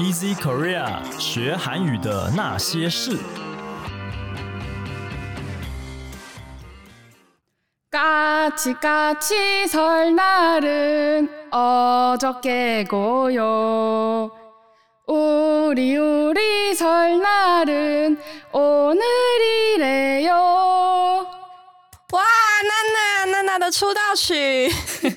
Easy Korea 学韩语的那些事。 까치까치 설날은 어저께고요. 우리 우리 설날은 오늘이래요. 哇，娜娜娜娜的出道曲，娜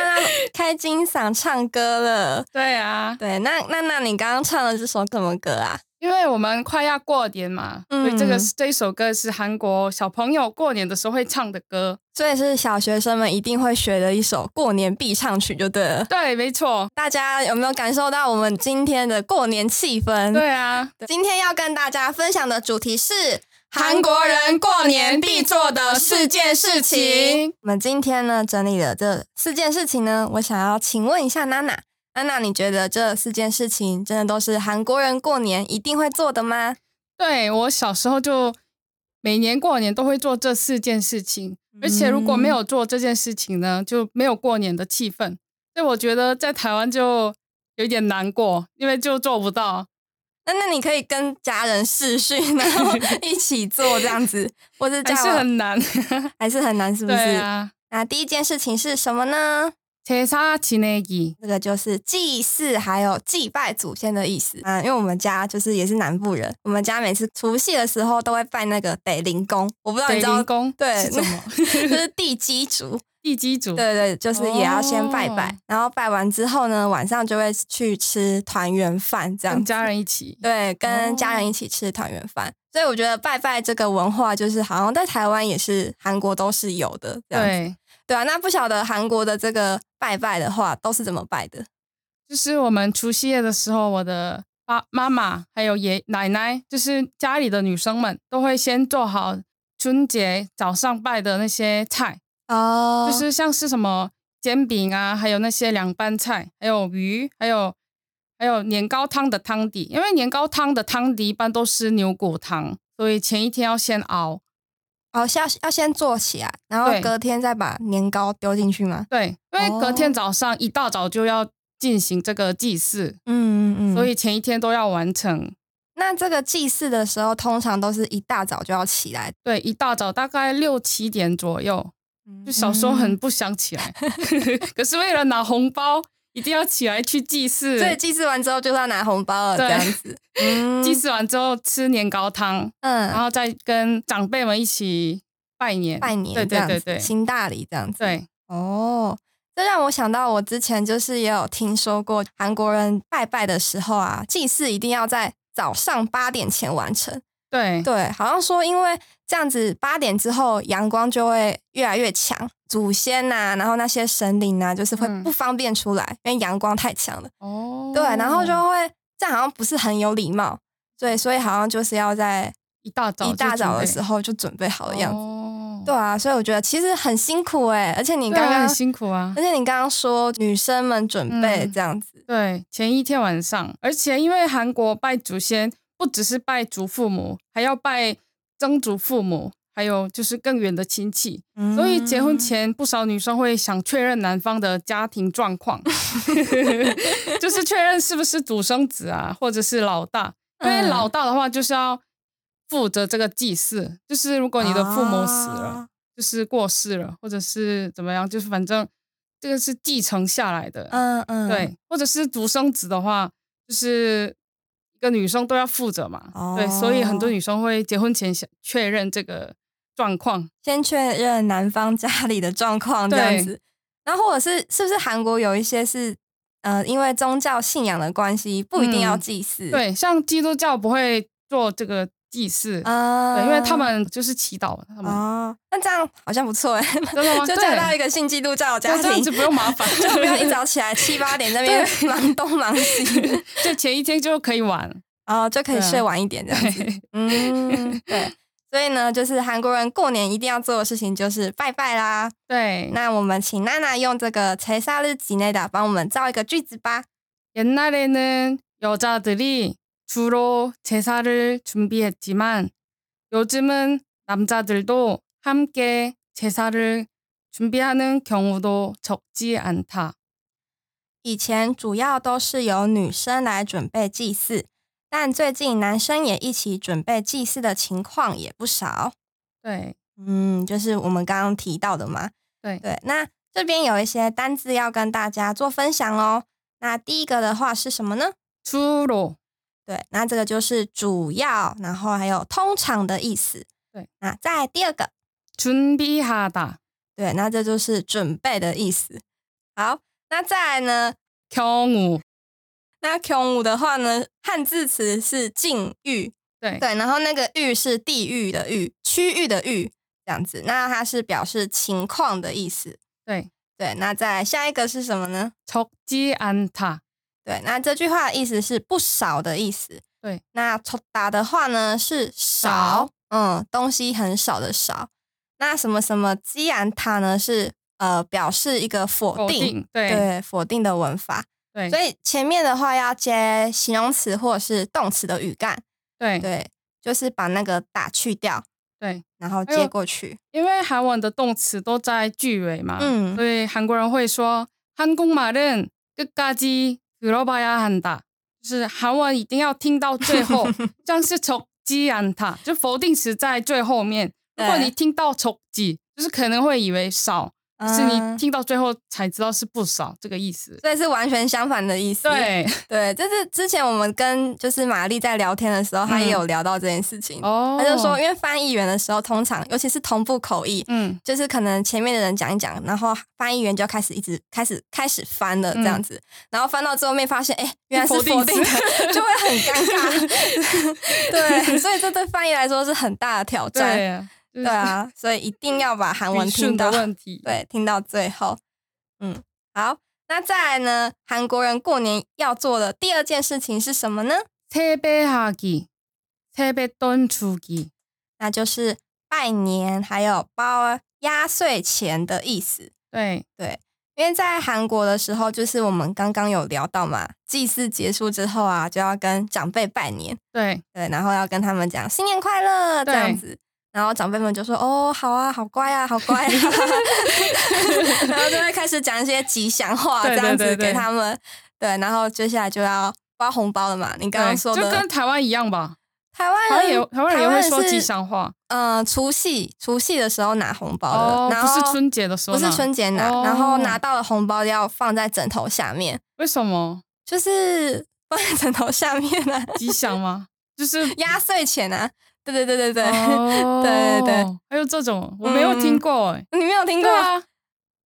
娜开金嗓唱歌了。对啊，对，那娜娜，你刚刚唱的这首什么歌啊？因为我们快要过年嘛，嗯所以这个这首歌是韩国小朋友过年的时候会唱的歌。所以是小学生们一定会学的一首过年必唱曲，就对了。对，没错。大家有没有感受到我们今天的过年气氛？对啊，对，今天要跟大家分享的主题是。韩国人过年必做的四件事情。我们今天呢整理了这四件事情呢，我想要请问一下娜娜，娜娜，你觉得这四件事情真的都是韩国人过年一定会做的吗？对我小时候就每年过年都会做这四件事情，而且如果没嗯有做这件事情呢，就没有过年的气氛。所以我觉得在台湾就有点难过，因为就做不到。那那你可以跟家人视讯，然 后一起做这样子，或是这还样是很难，还是很难，是不是？对啊。那第一件事情是什么呢？ 제사지哦내기， 这个就是祭祀还有祭拜祖先的意思啊。因为我们家就是也是南部人，我们家每次除夕的时候都会拜那个北灵公，我不知道你北知道灵，宫对 是什么？就是地 基主，地基组，对对，就是也要先拜拜，哦然后拜完之后呢，晚上就会去吃团圆饭这样跟子。家人哦一起。对，跟家人一起吃团圆饭，所以我觉得拜拜这个文化，就是好像在台湾也是，韩国都是有的。这样子对，对啊，那不晓得韩国的这个拜拜的话，都是怎么拜的？就是我们除夕夜的时候，我的爸妈妈还有爷奶奶，就是家里的女生们，都会先做好春节早上拜的那些菜，哦就是像是什么煎饼啊，还有那些凉拌菜，还有鱼，还有还有年糕汤的汤底，因为年糕汤的汤底一般都是牛骨汤，所以前一天要先熬。哦，是要要先做起来，然后对隔天再把年糕丢进去吗？对，因为隔哦天早上一大早就要进行这个祭祀，嗯嗯嗯所以前一天都要完成。那这个祭祀的时候，通常都是一大早就要起来，对，一大早大概六七点左右，嗯就小时候嗯很不想起来， 可是为了拿红包，一定要起来去祭祀。所以祭祀完之后就是要拿红包了，对这样 子。嗯祭祀完之后吃年糕汤，然嗯，后再跟长辈们一起拜年。拜年对这样对子，对对行大礼这样子。对，哦，这让我想到，我之前就是也有听说过，韩国人拜拜的时候啊，祭祀一定要在早上八点前完成。对 对，好像说因为这样子八点之后阳光就会越来越强，祖先呐、然后那些神灵呐、就是会嗯不方便出来，因为阳光太强了。哦，对，然后就会这样好像不是很有礼貌，对，所以好像就是要在一大早一大早的时候候就准备好的样子。哦，对啊，所以我觉得其实很辛苦哎、而且你对啊刚刚很辛苦啊而。且你刚刚说女生们准备嗯这样子，对，前一天晚上，而且因为韩国拜祖先不只是拜祖父母，还要拜曾祖父母，还有就是更远的亲戚。所以结嗯婚前，不少女生会想确认男方的家庭状 况， 就是确认是不是独生子啊，或者是老大。因为嗯老大的话，就是要负责这个祭祀，就是如果你的父母死了，嗯啊就是过世了，或者是怎么样，就是反正这个是继承下来的。嗯嗯，对，或者是独生子的话，就是一个女生都要负责嘛。对，所以很多哦女生会结婚前想确认这个状况。先确认男方家里的状况这样对子，然后或者是是不是韩国有一些是呃，因为宗教信仰的关系，不一定要嗯祭祀，对，像基督教不会做这个祭祀，啊对，因为他们就是祈祷，他们、哦，那这样好像不错哎，真的吗？ 就对啊嫁到一个信基督教的家就这样庭，子，不用麻烦就不要一早起来七八点那边忙东忙西，就前一天就可以玩。哦，就可以对啊睡晚一点这样子。对，嗯，对。所以呢，就是韩国人过年一定要做的事情就是拜拜啦。对那我们请娜娜用这个제사를지내다帮我们造一个句子吧。 옛날에는 여자들이 주로 제사를 준비했지만 요즘은 남자들도 함께 제사를 준비하는 경우도 적지 않다. 以前主要都是由女生来准备祭祀，但最近男生也一起准备祭祀的情况也不少。对嗯，就是我们刚刚提到的嘛。对对，那这边有一些单字要跟大家做分享哦。那第一个的话是什么呢？出炉对，那这个就是主要，然后还有通常的意思。对，那再来第二个， 준비하다 对，那这就是准备的意思。好，那再来呢？ 경우 那穷武的话呢，汉字词是境遇，对对，然后那个域是地域的域，区域的域，这样子。那它是表示情况的意思。对对，那再来下一个是什么呢？ 네. 적지않다 对，那这句话的意思是不少的意思。对，那抽打的话呢是少少，嗯，东西很少的少。那什么什么既然它呢是呃表示一个否否定，定对对否定的文法，对所以前面的话要接形容词或者是动词的语干，对对，就是把那个打去掉，对，然后哎接呦过去。因为韩文的动词都在句尾嘛，嗯啊所以韩国人会说한국말은 음. 끝까지들어봐야한다，就是韩文一定要听到最 后，这样是적지않다，就否定词在最后面。如果对你听到적지，就是可能会以为少， 아。 可是你嗯听到最后才知道是不少这个意思。所以是完全相反的意思。对，对，就是之前我们跟就是玛丽在聊天的时候，她也有聊到这件事情。嗯哦，他就说，因为翻译员的时候，通常尤其是同步口译，嗯，就是可能前面的人讲一讲，然后翻译员就开始一直开始开始翻了这样子，然后翻到最后面发现，哎、原来是嗯否否定定的词，就会很尴 尬。对，所以这对翻译来说是很大的挑战。对， 对对，啊，所以一定要把 韩文语听顺到的问题，对，听到最后，嗯，好。那再来呢？韩国人过年要做的第二件事情是什么呢？ 세배하기, 세뱃돈 주기. 那就是拜年，还有包压岁钱的意思。对因为在韩国的时候，就是我们刚刚有聊到嘛，祭祀结束之后啊，就要跟长辈拜年，对对，然后要跟他们讲新年快乐这对样子，然后长辈们就说哦，好啊，好乖啊，好 乖啊，然后就会开始讲一些吉祥话对这对样子对给对他们，对，然后接下来就要包红包了嘛，你刚刚对说就的跟。台湾一样吧，台湾好像人也台湾人也会说是吉祥话呃，除夕除夕的时候拿红包的，哦，然不后是春节的时候不拿，是春节拿，哦然后拿到了红包要放在枕头下面，为什么就是放在枕头下面 啊，吉祥吗？就是压岁钱啊，对对对对 对，哦对对对，还有这种我没有听过哎，你没有听过对吗？啊，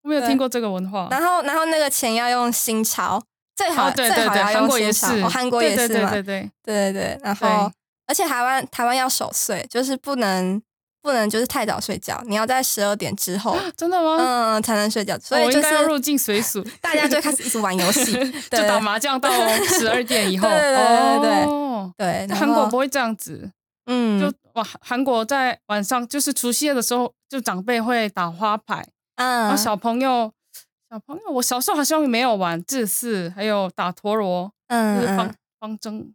我没有听过这个文化，然后然后那个钱要用新钞，最好、哦对最对好对，要韩用国新也钞，是哦，韩国也对是嘛，对对对对对对，然后而且台湾台湾要守岁，就是不能不能就是太早睡觉，你要在十二点 之后。对，真的吗？嗯，才能睡觉，所以哦我就应该要入是境随俗，，大家就开始一直玩游 戏就对打麻 将到十二点以后，对对对对对哦对，然后韩国不会这样子，嗯，就哇，韩国在晚上就是除夕夜的时候，就长辈会打花牌，然嗯后小朋友，小朋友，我小时候好像没有玩字式，还有打陀螺，就嗯是嗯方方针，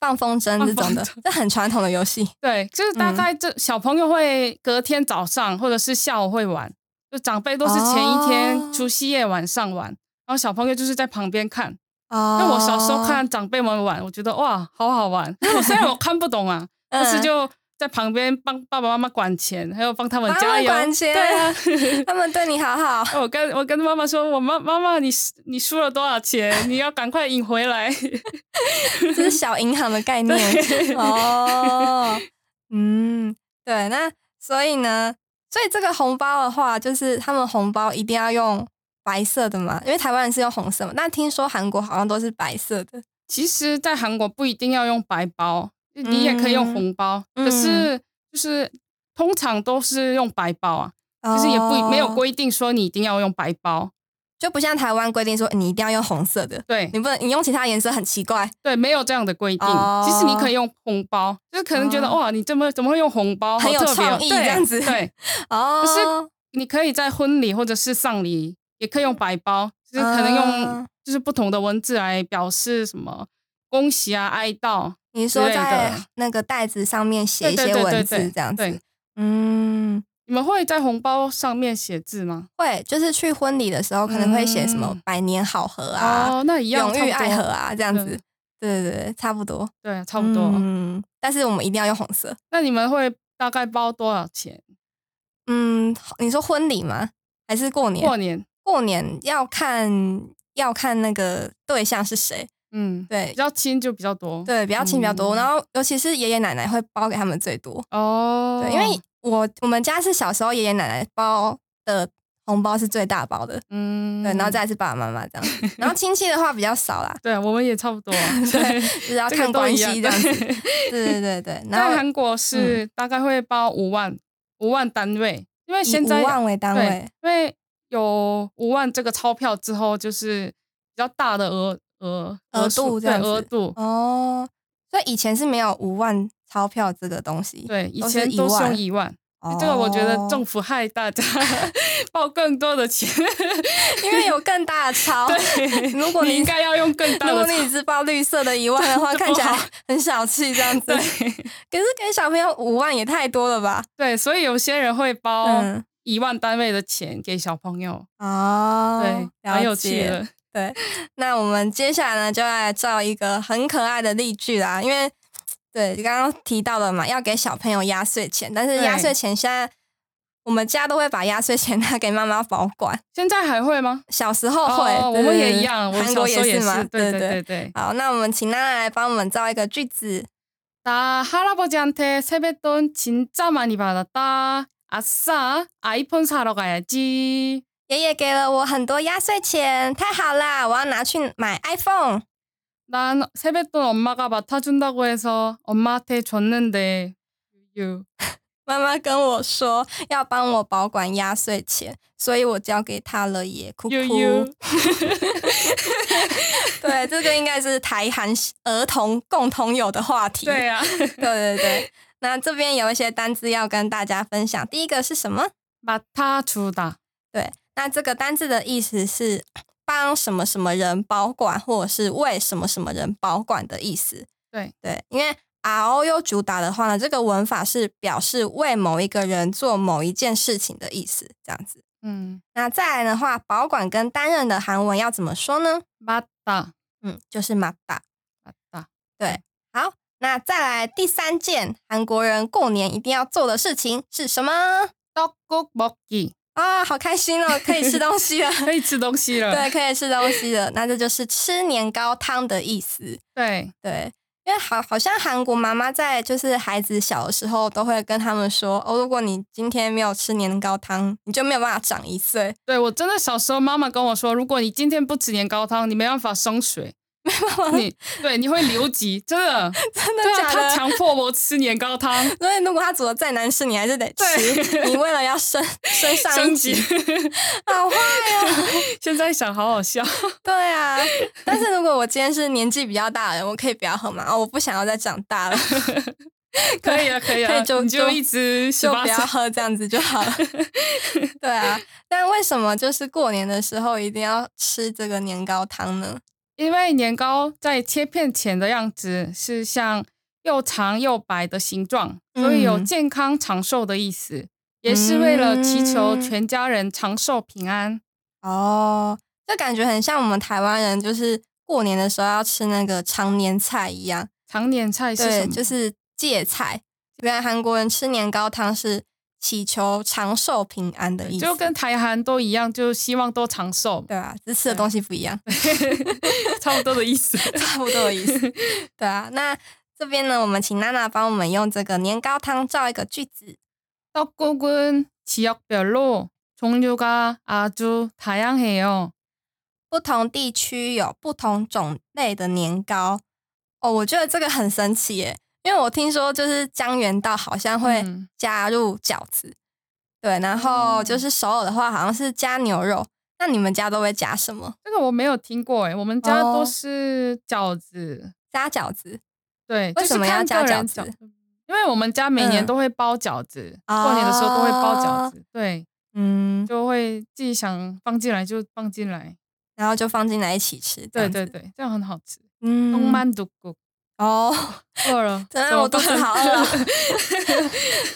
放风筝这种的放 风筝，这很传统的游戏。对，就是大嗯概这小朋友会隔天早上或者是下午会玩，就长辈都是前一哦天除夕夜晚上玩，然后小朋友就是在旁边看。哦那我小时候，看长辈们玩，我觉得哇，好好玩。因为我虽然我看不懂 啊，嗯但是就在旁边帮爸爸妈妈管钱，还有帮他们帮他们加油。管钱对啊， 他们对你好好，哦我跟我跟妈妈说，我妈妈妈你你输了多少钱？你要赶快赢回来。 这是小银行的概念 对哦。嗯，对，那所以呢，所以这个红包的话，就是他们红包一定要用白色的嘛，因为台湾人是用红色嘛，但听说韩国好像都是白色的。其实，在韩国不一定要用白包，你也可以用红包，嗯可是就是通常都是用白包啊，就是也不、哦没有，规定说你一定要用白包。就不像台湾规定说你一定要用红色的，对你不能你用其他颜色很奇怪。对，没有这样的规定。哦其实你可以用红包，就是可能觉得、哦哇，你怎么怎么会用红包，很有好特别哦创意对这样子对，哦，可是你可以在婚礼或者是丧礼，也可以用白包，就是可能用啊就是不同的文字来表示什么恭喜啊、哀悼。你说之类在的那个袋子上面写一对些对对文对对字这样对子，嗯，你们会在红包上面写字吗？会就是去婚礼的时候可能会写什么嗯“百年好合”啊、哦，那一样，永浴爱河河，啊”这样子嗯。对对对，差不多，对啊，差不多。嗯，但是我们一定要用红色。那你们会大概包多少钱？嗯，你说婚礼吗？还是过年？过年，过年要看要看那个对象是谁，嗯，比对较亲就比较多。，对，比较亲比较多。嗯然后尤其是爷爷奶奶会包给他们最多，哦，对，因为我我们家是小时候爷爷奶奶包的红包是最大包的，嗯，，对，然后再来是爸爸妈妈这样，然后亲戚的话比较少啦 对，我们也差不多。 对，就是要这个看都关一系样这样子，对对对 对对，然在后韩国是大概会包五万五万单位，因为以现在五万为单对位，，因为有五万这个钞票之后，就是比较大的额额额数度这对样子额度，哦，所以以前是没有五万钞票这个东西，对，以都是前一都是用万一万。这个我觉得哦政府害大家 报更多的钱，因为有更大的钞， 对，哦如果你你应该要用更大如的果钞。你只报绿色的一万的话，这不看起来好很小气这样子。对可是给小朋友五万也太多了吧？对，所以有些人会包嗯，一万单位的钱给小朋友，对哦，，蛮有了趣解。的。对，那我们接下来呢，就来造一个很可爱的例句啦，因为对刚刚提到了嘛，要给小朋友压岁钱，但是对压岁钱现在。我们家都会把压岁钱拿给妈妈保管，现在还会吗？小时候会，哦，对我们对也对一样，我韩小国时候也是嘛，是，对对对对。好，那我们请娜娜来帮我们造一个句子。 나 할아버지한테 세뱃돈 진짜 많이 받았다. 아싸, 아이폰 사러 가야지. 爷爷给了我很多压岁钱，太好啦！我要拿去买 iPhone。 난 세뱃돈 엄마가 맡아준다고 해서 엄마한테 줬는데. 유유. 妈妈跟我说要帮我保管压岁钱，所以我交给他了耶，哭哭。 유유. 对，这个应该是台韩儿童共同有的话题。对呀对对对。那这边有一些单字要跟大家分享，第一个是什么？ 맡아주다. 对，那这个单字的意思是帮什么什么人保管，或者是为什么什么人保管的意思。对对，因为 R O U 主打的话呢，这个文法是表示为某一个人做某一件事情的意思，这样子。 음, 那再来的话，保管跟担任的韩文要怎么说呢？ 맞다. 嗯，就是马达。 맞다. 好，那再来第三件韩国人过年一定要做的事情是什么？ 떡국 먹기. 啊、好开心哦，可以吃东 西了。可以吃东西了.对，可以吃东西的，那这就是吃年糕汤的意思。对.对，因为好好像韩国妈妈在就是孩子小的时候都会跟他们说，哦，如果你今天没有吃年糕汤，你就没有办法长一岁， 对，我真的小时候妈妈跟我说，如果你今天不吃年糕汤，你没办法升学。你- 对，你会留级，真的。真的对啊，假的？他强迫我吃年糕汤所以如果他煮的再难吃，你还是得吃。对你为了 要升升上一升级级，， 好坏哦。 现在想好好 笑。对啊，但是如果我今天是年纪比较大的人，我可以不要喝嘛。哦，我不想要再长大 了，可以啊，可以可啊，以就你就就一直十就八不要岁。喝这样子就好了。对啊，但为什么就是过年的时候一定要吃这个年糕汤呢？ 因为年糕在切片前的样子是像又长又白的形状，嗯所以有健康长寿的意思，也是为了祈求全家人长寿平安。哦，这感觉很像我们台湾人，就是过年的时候要吃那个常年菜一样。常年菜是什对，么？就是芥菜。原来韩国人吃年糕汤是祈求长寿平安的意思，就跟台韩都一样，就希望多长寿，对啊，只是吃的对东西不一样， 差不多的意思。 差不多的意思。对啊，那这边呢，我们请娜娜帮我们用这个年糕汤造一个句子。 떡국은 지역별로 종류가 아주 다양해요. 不同地区有不同种类的年糕。哦，我觉得这个很神奇耶，因为我听说就是江原道好像会嗯加入饺子，对，然后哦就是首尔的话好像是加牛肉。那你们家都会加什么？这个我没有听过哎，我们家哦都是饺子，加饺子对，为什么要加就是看饺个子人饺？嗯因为我们家每年嗯都会包饺子，哦过年的时候都会包饺子，对，嗯，就会自己想放进来就放进来，然后就放进来一起吃。这对样对，子对，这样很好吃。嗯东曼独谷，哦， 饿了，真怎的么我肚子办好饿。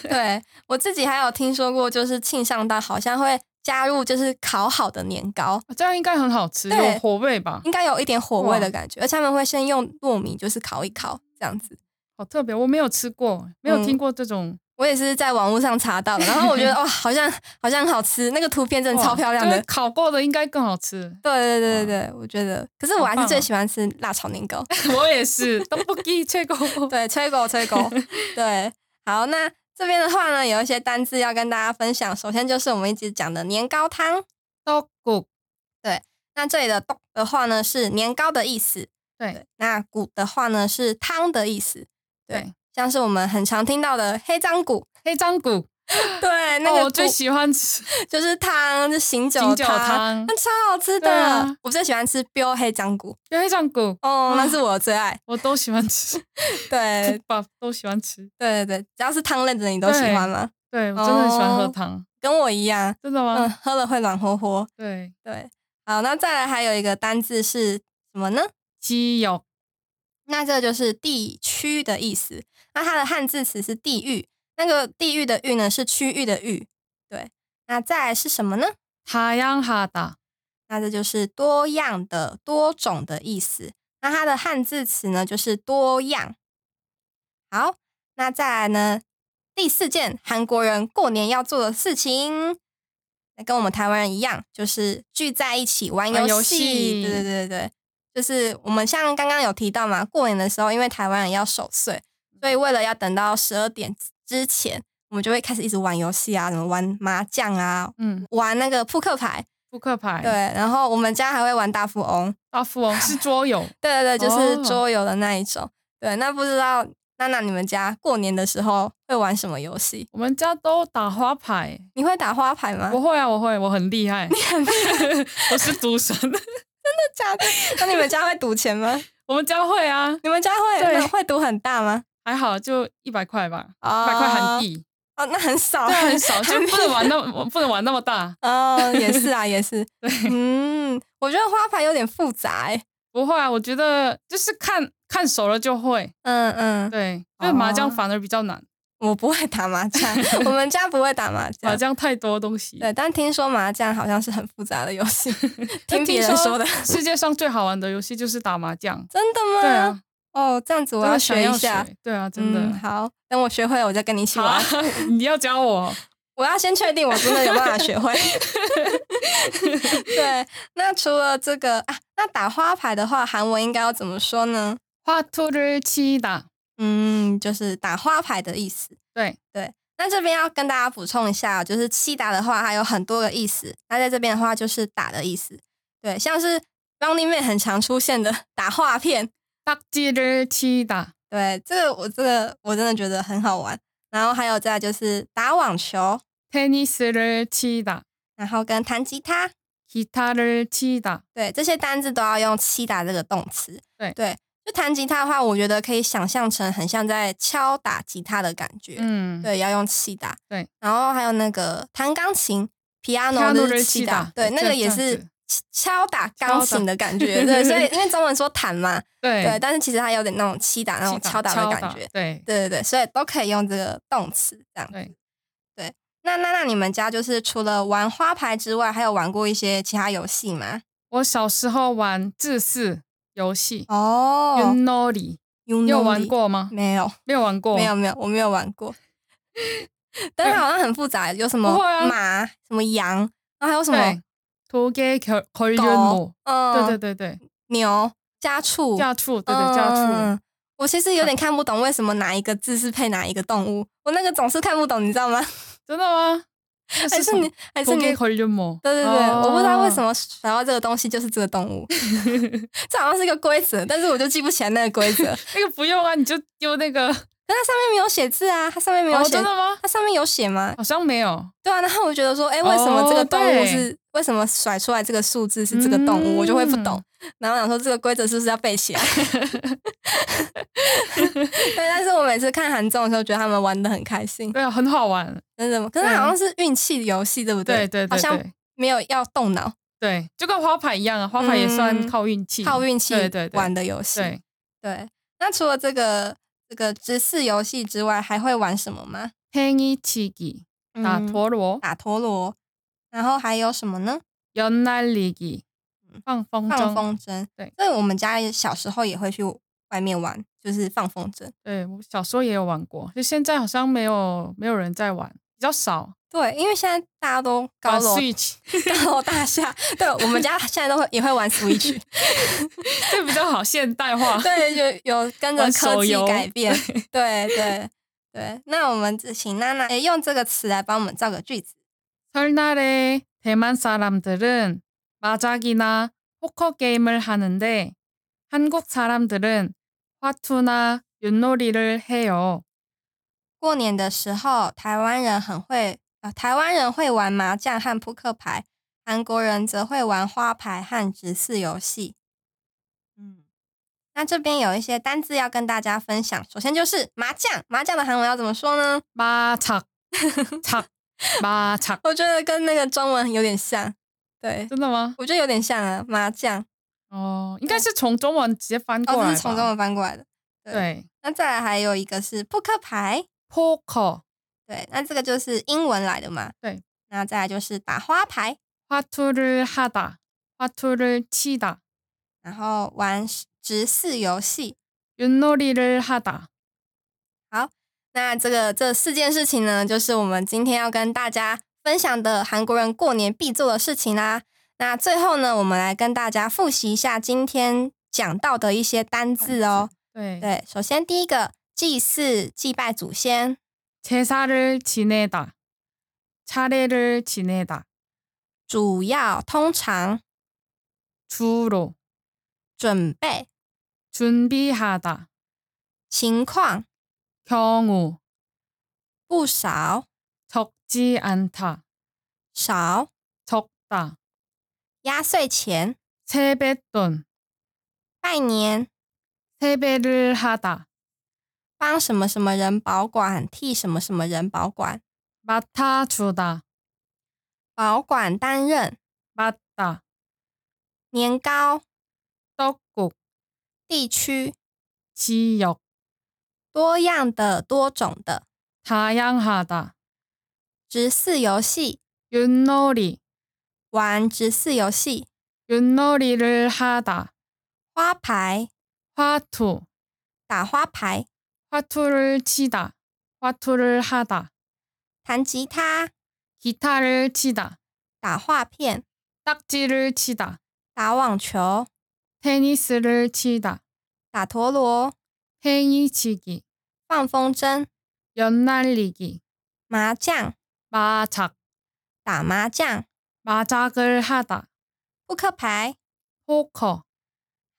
对我自己还有听说过，就是庆尚道好像会加入就是烤好的年糕， 这样应该很好吃，对有火味吧？应该有一点火味的哇感觉，而且他们会先用糯米就是烤一烤这样子。好特别，我没有吃过，没有嗯听过这种，我也是在网络上查到的，然 后我觉得哇，好像好像很好吃，那个图片真的哇超漂亮就是的。。烤过的应该更好吃 对对对对对，我觉得，可是我还是哦最喜欢吃辣炒年糕。我也是，都不给切过。 对，吹狗吹狗，对，好，那这边的话呢，有一些单字要跟大家分享。首先就是我们一直讲的年糕汤，豆骨那这里的“豆”的话呢是年糕的意思，对，那“骨”的话呢是汤的意思，对，对像是我们很常听到的黑脏骨，黑章骨，对，那那个我骨哦最喜欢吃就是汤，就醒酒金酒汤。汤，那超好吃的，对啊我最喜欢吃 biu 黑脏骨有黑章骨哦，那是我的最爱。我都喜欢吃， 对吧都喜欢吃。对对对，只要是汤类的你都喜欢吗？对我真的很喜欢喝哦汤，跟我一样，真的嗯，吗？喝了会暖和和。对，对，好，那再来还有一个单字是什么呢？鸡有那这就是地区的意思。那它的汉字词是地域，那个地域的域呢是区域的域。对，那再来是什么呢？太阳哈达那这就是多样的、多种的意思。那它的汉字词呢就是多样。好，那再来呢？第四件韩国人过年要做的事情，那跟我们台湾人一样，就是聚在一起玩玩游游戏。戏对对对对对，就是我们像刚刚有提到嘛，过年的时候因为台湾人要守岁，所以为了要等到十二点之前，我们就会开始一直玩游戏啊，什么玩麻将啊，嗯，玩那个扑克牌。扑克牌，对，，然后我们家还会玩大富翁，大富翁 是桌游，对对对，就是哦桌游的那一种。对，那不知道娜娜你们家过年的时候会玩什么游戏？我们家都打花牌。你会打花牌吗？ 我会啊，我会，我很厉害，我是赌神。家那你们家会赌钱 吗？我们家会啊，你们家会对那会赌很大吗？还好就一百块吧，哦一百块韩币，哦，那很少，对啊，很少，就不能玩那么不能玩那么大。 哦，也是 啊，也是。嗯，我觉得花牌有点复杂、欸。不会啊，我觉得就是看看熟了就会。嗯嗯，对，哦因为麻将反而比较难，我不会打 麻将，我们家不会打麻将。麻将太多东西。对，但听说麻将好像是很复杂的游 戏，但听别人说的。世界上最好玩的游戏就是打麻 将。真的吗？对啊，哦，这样子我真的想学一要下。学。对啊，真的。嗯 好，等我学会了我再跟你一起好啊 玩。，你要教我 我要先确定我真的有办法学会。 对，那除了这个啊，那打花牌的话，韩文应该要怎么说呢？花兔日期打。嗯，就是打花牌的意思。对，那这边要跟大家补充一下，就是七打的话，它有很多个意思。那在这边的话，就是打的意思。对，像是 Running Man 很常出现的打画片，打鸡日期打。对，这个我这个我真的觉得很好玩。然后还有再来就是打网球， 테니스를 치다, 然后跟弹吉他， 기타를 치다. 对，这些单字都要用七打这个动词。对对，就弹吉他的话，我觉得可以想象成很像在敲打吉他的感觉。嗯，对，要用七打。对，然后还有那个弹钢琴，piano piano 就就是是七七打打，对，就那个这也样是子敲打钢敲打琴的感觉。对，所以因为中文说弹嘛，对对，但是其实它有点那种七打那种击打敲打的感敲觉。对，对对对，所以都可以用这个动词这样。对对，那那那你们家就是除了玩花牌之外，还有玩过一些其他游戏吗？我小时候玩字式游戏哦 u n o r i 你有玩？过吗？没有，没有玩过，没有，没有，我没有玩 过。但是好像很复杂，有什么不会啊马、什么羊，然后还有什么对，图给可可以狗摸，，嗯，对对对对，牛、家畜，家畜，对嗯对家畜，。我其实有点看不懂为什么哪一个字是配哪一个动物，我那个总是看不懂，你知道吗？真的吗？还是你，还是图你，给对可以摸？对对，哦我不知道为什么。么想到这个东西就是这个动物， 这好像是一个规则，但是我就记不起来那个规则。 可那个不用啊，你就丢那个。它上面没有写字啊，它上面没有哦，写真，的吗？它上面有写吗？好像没有。对啊，然后我觉得说，哎，为什么哦这个动物是、为什么甩出来这个数字是这个动物，嗯我就会不懂。然后想说这个规则是不是要背起来？ 对，但是我每次看韩综的时候，觉得他们玩的很开心，对啊，很好玩。真的吗？可是它对好像是运气游戏，对不对对对好对像对。没有要动脑，对，就跟花牌一样啊，花牌也算嗯靠运气，靠运气对对对玩的游戏。对，对，那除了这个这个知识游戏之外，还会玩什么吗？ 팽이치기打嗯陀螺、打陀螺，然后还有什么呢？ 연날리기 음. 放风筝。放风筝。对这我们家小时候也会去外面玩，就是放风筝。对我小时候也有玩过，就现在好像没有 네, 没有人在玩，比较少。对，因为现在大家都高玩楼 Switch 高楼大厦，对我们家现在都会也会 玩 Switch，这比较好现代化。 对，有有跟着玩科手技游改变，对对对。那我们请娜娜诶用这个词来帮我们造个句子。 설날에 대만 사람들은 마작이나 포커 게임을 하는데 한국 사람들은 화투나 윷놀이를 해요. 过年的时候，台湾人很会啊、台湾人会玩麻将和扑克牌，韩国人则会玩花牌和直四游戏。嗯，那这边有一些单字要跟大家分享。首先就是麻将，麻将的韩文要怎么说呢？ 마착, 착, 마착. 我觉得跟那个中文有点像，对真的吗？我觉得有点像啊，麻将哦，应该是从中文直接翻过哦，来吧。这是从中文翻过来的。对那再来还有一个是扑克牌， ，poker、对，那这个就是英文来的嘛。对，那再来就是打花牌， 화투를 하다, 화투를 치다, 然后玩直四游戏。 윷놀이를 하다. 那这个这四件事情呢，就是我们今天要跟大家分享的韩国人过年必做的事情啦。那最后呢，我们来跟大家复习一下今天讲到的一些单字哦。对，对，首先第一个祭祀、祭拜祖先、 제사를 지내다, 차례를 지내다, 主要、通常、 주로, 准备、 준비하다, 情况、 경우, 不少、 적지 않다, 少、 적다, 压岁钱、 세뱃돈, 拜年、 세배를 하다, 帮什么什么人保管、替什么什么人保管、 맡아주다, 保管担任、 맞다, 年糕、 떡국, 地区。 지역, 多样的、多种的 다양하다, 直四游戏， 윷놀이, 玩直四游戏， 윷놀이를 하다, 花牌、 화투, 打花牌、 화투를 치다, 화투를 하다, 弹吉他、 기타를 치다, 打画片、 딱지를 치다, 打网球、 테니스를 치다, 打陀螺、 팽이치기, 放风筝、 연날리기, 麻将、 마작, 打麻将、 마작을 하다, 扑克牌。 포커.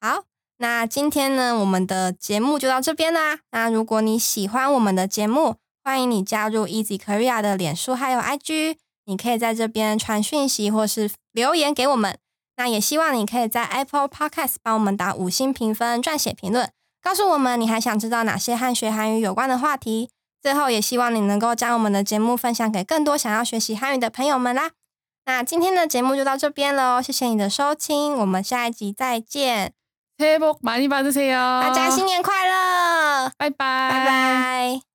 好，那今天呢，我们的节目就到这边啦。那如果你喜欢我们的节目，欢迎你加入 Easy Korea 的脸书还有 IG，你可以在这边传讯息或是留言给我们。那也希望你可以在 Apple Podcast 帮我们打五星评分、撰写评论，告诉我们你还想知道哪些和学韩语有关的话题。最后，也希望你能够将我们的节目分享给更多想要学习韩语的朋友们啦。那今天的节目就到这边喽，谢谢你的收听，我们下一集再见。 새해 복 많이 받으세요. 大家新年快乐， 바이바이. 哦拜拜。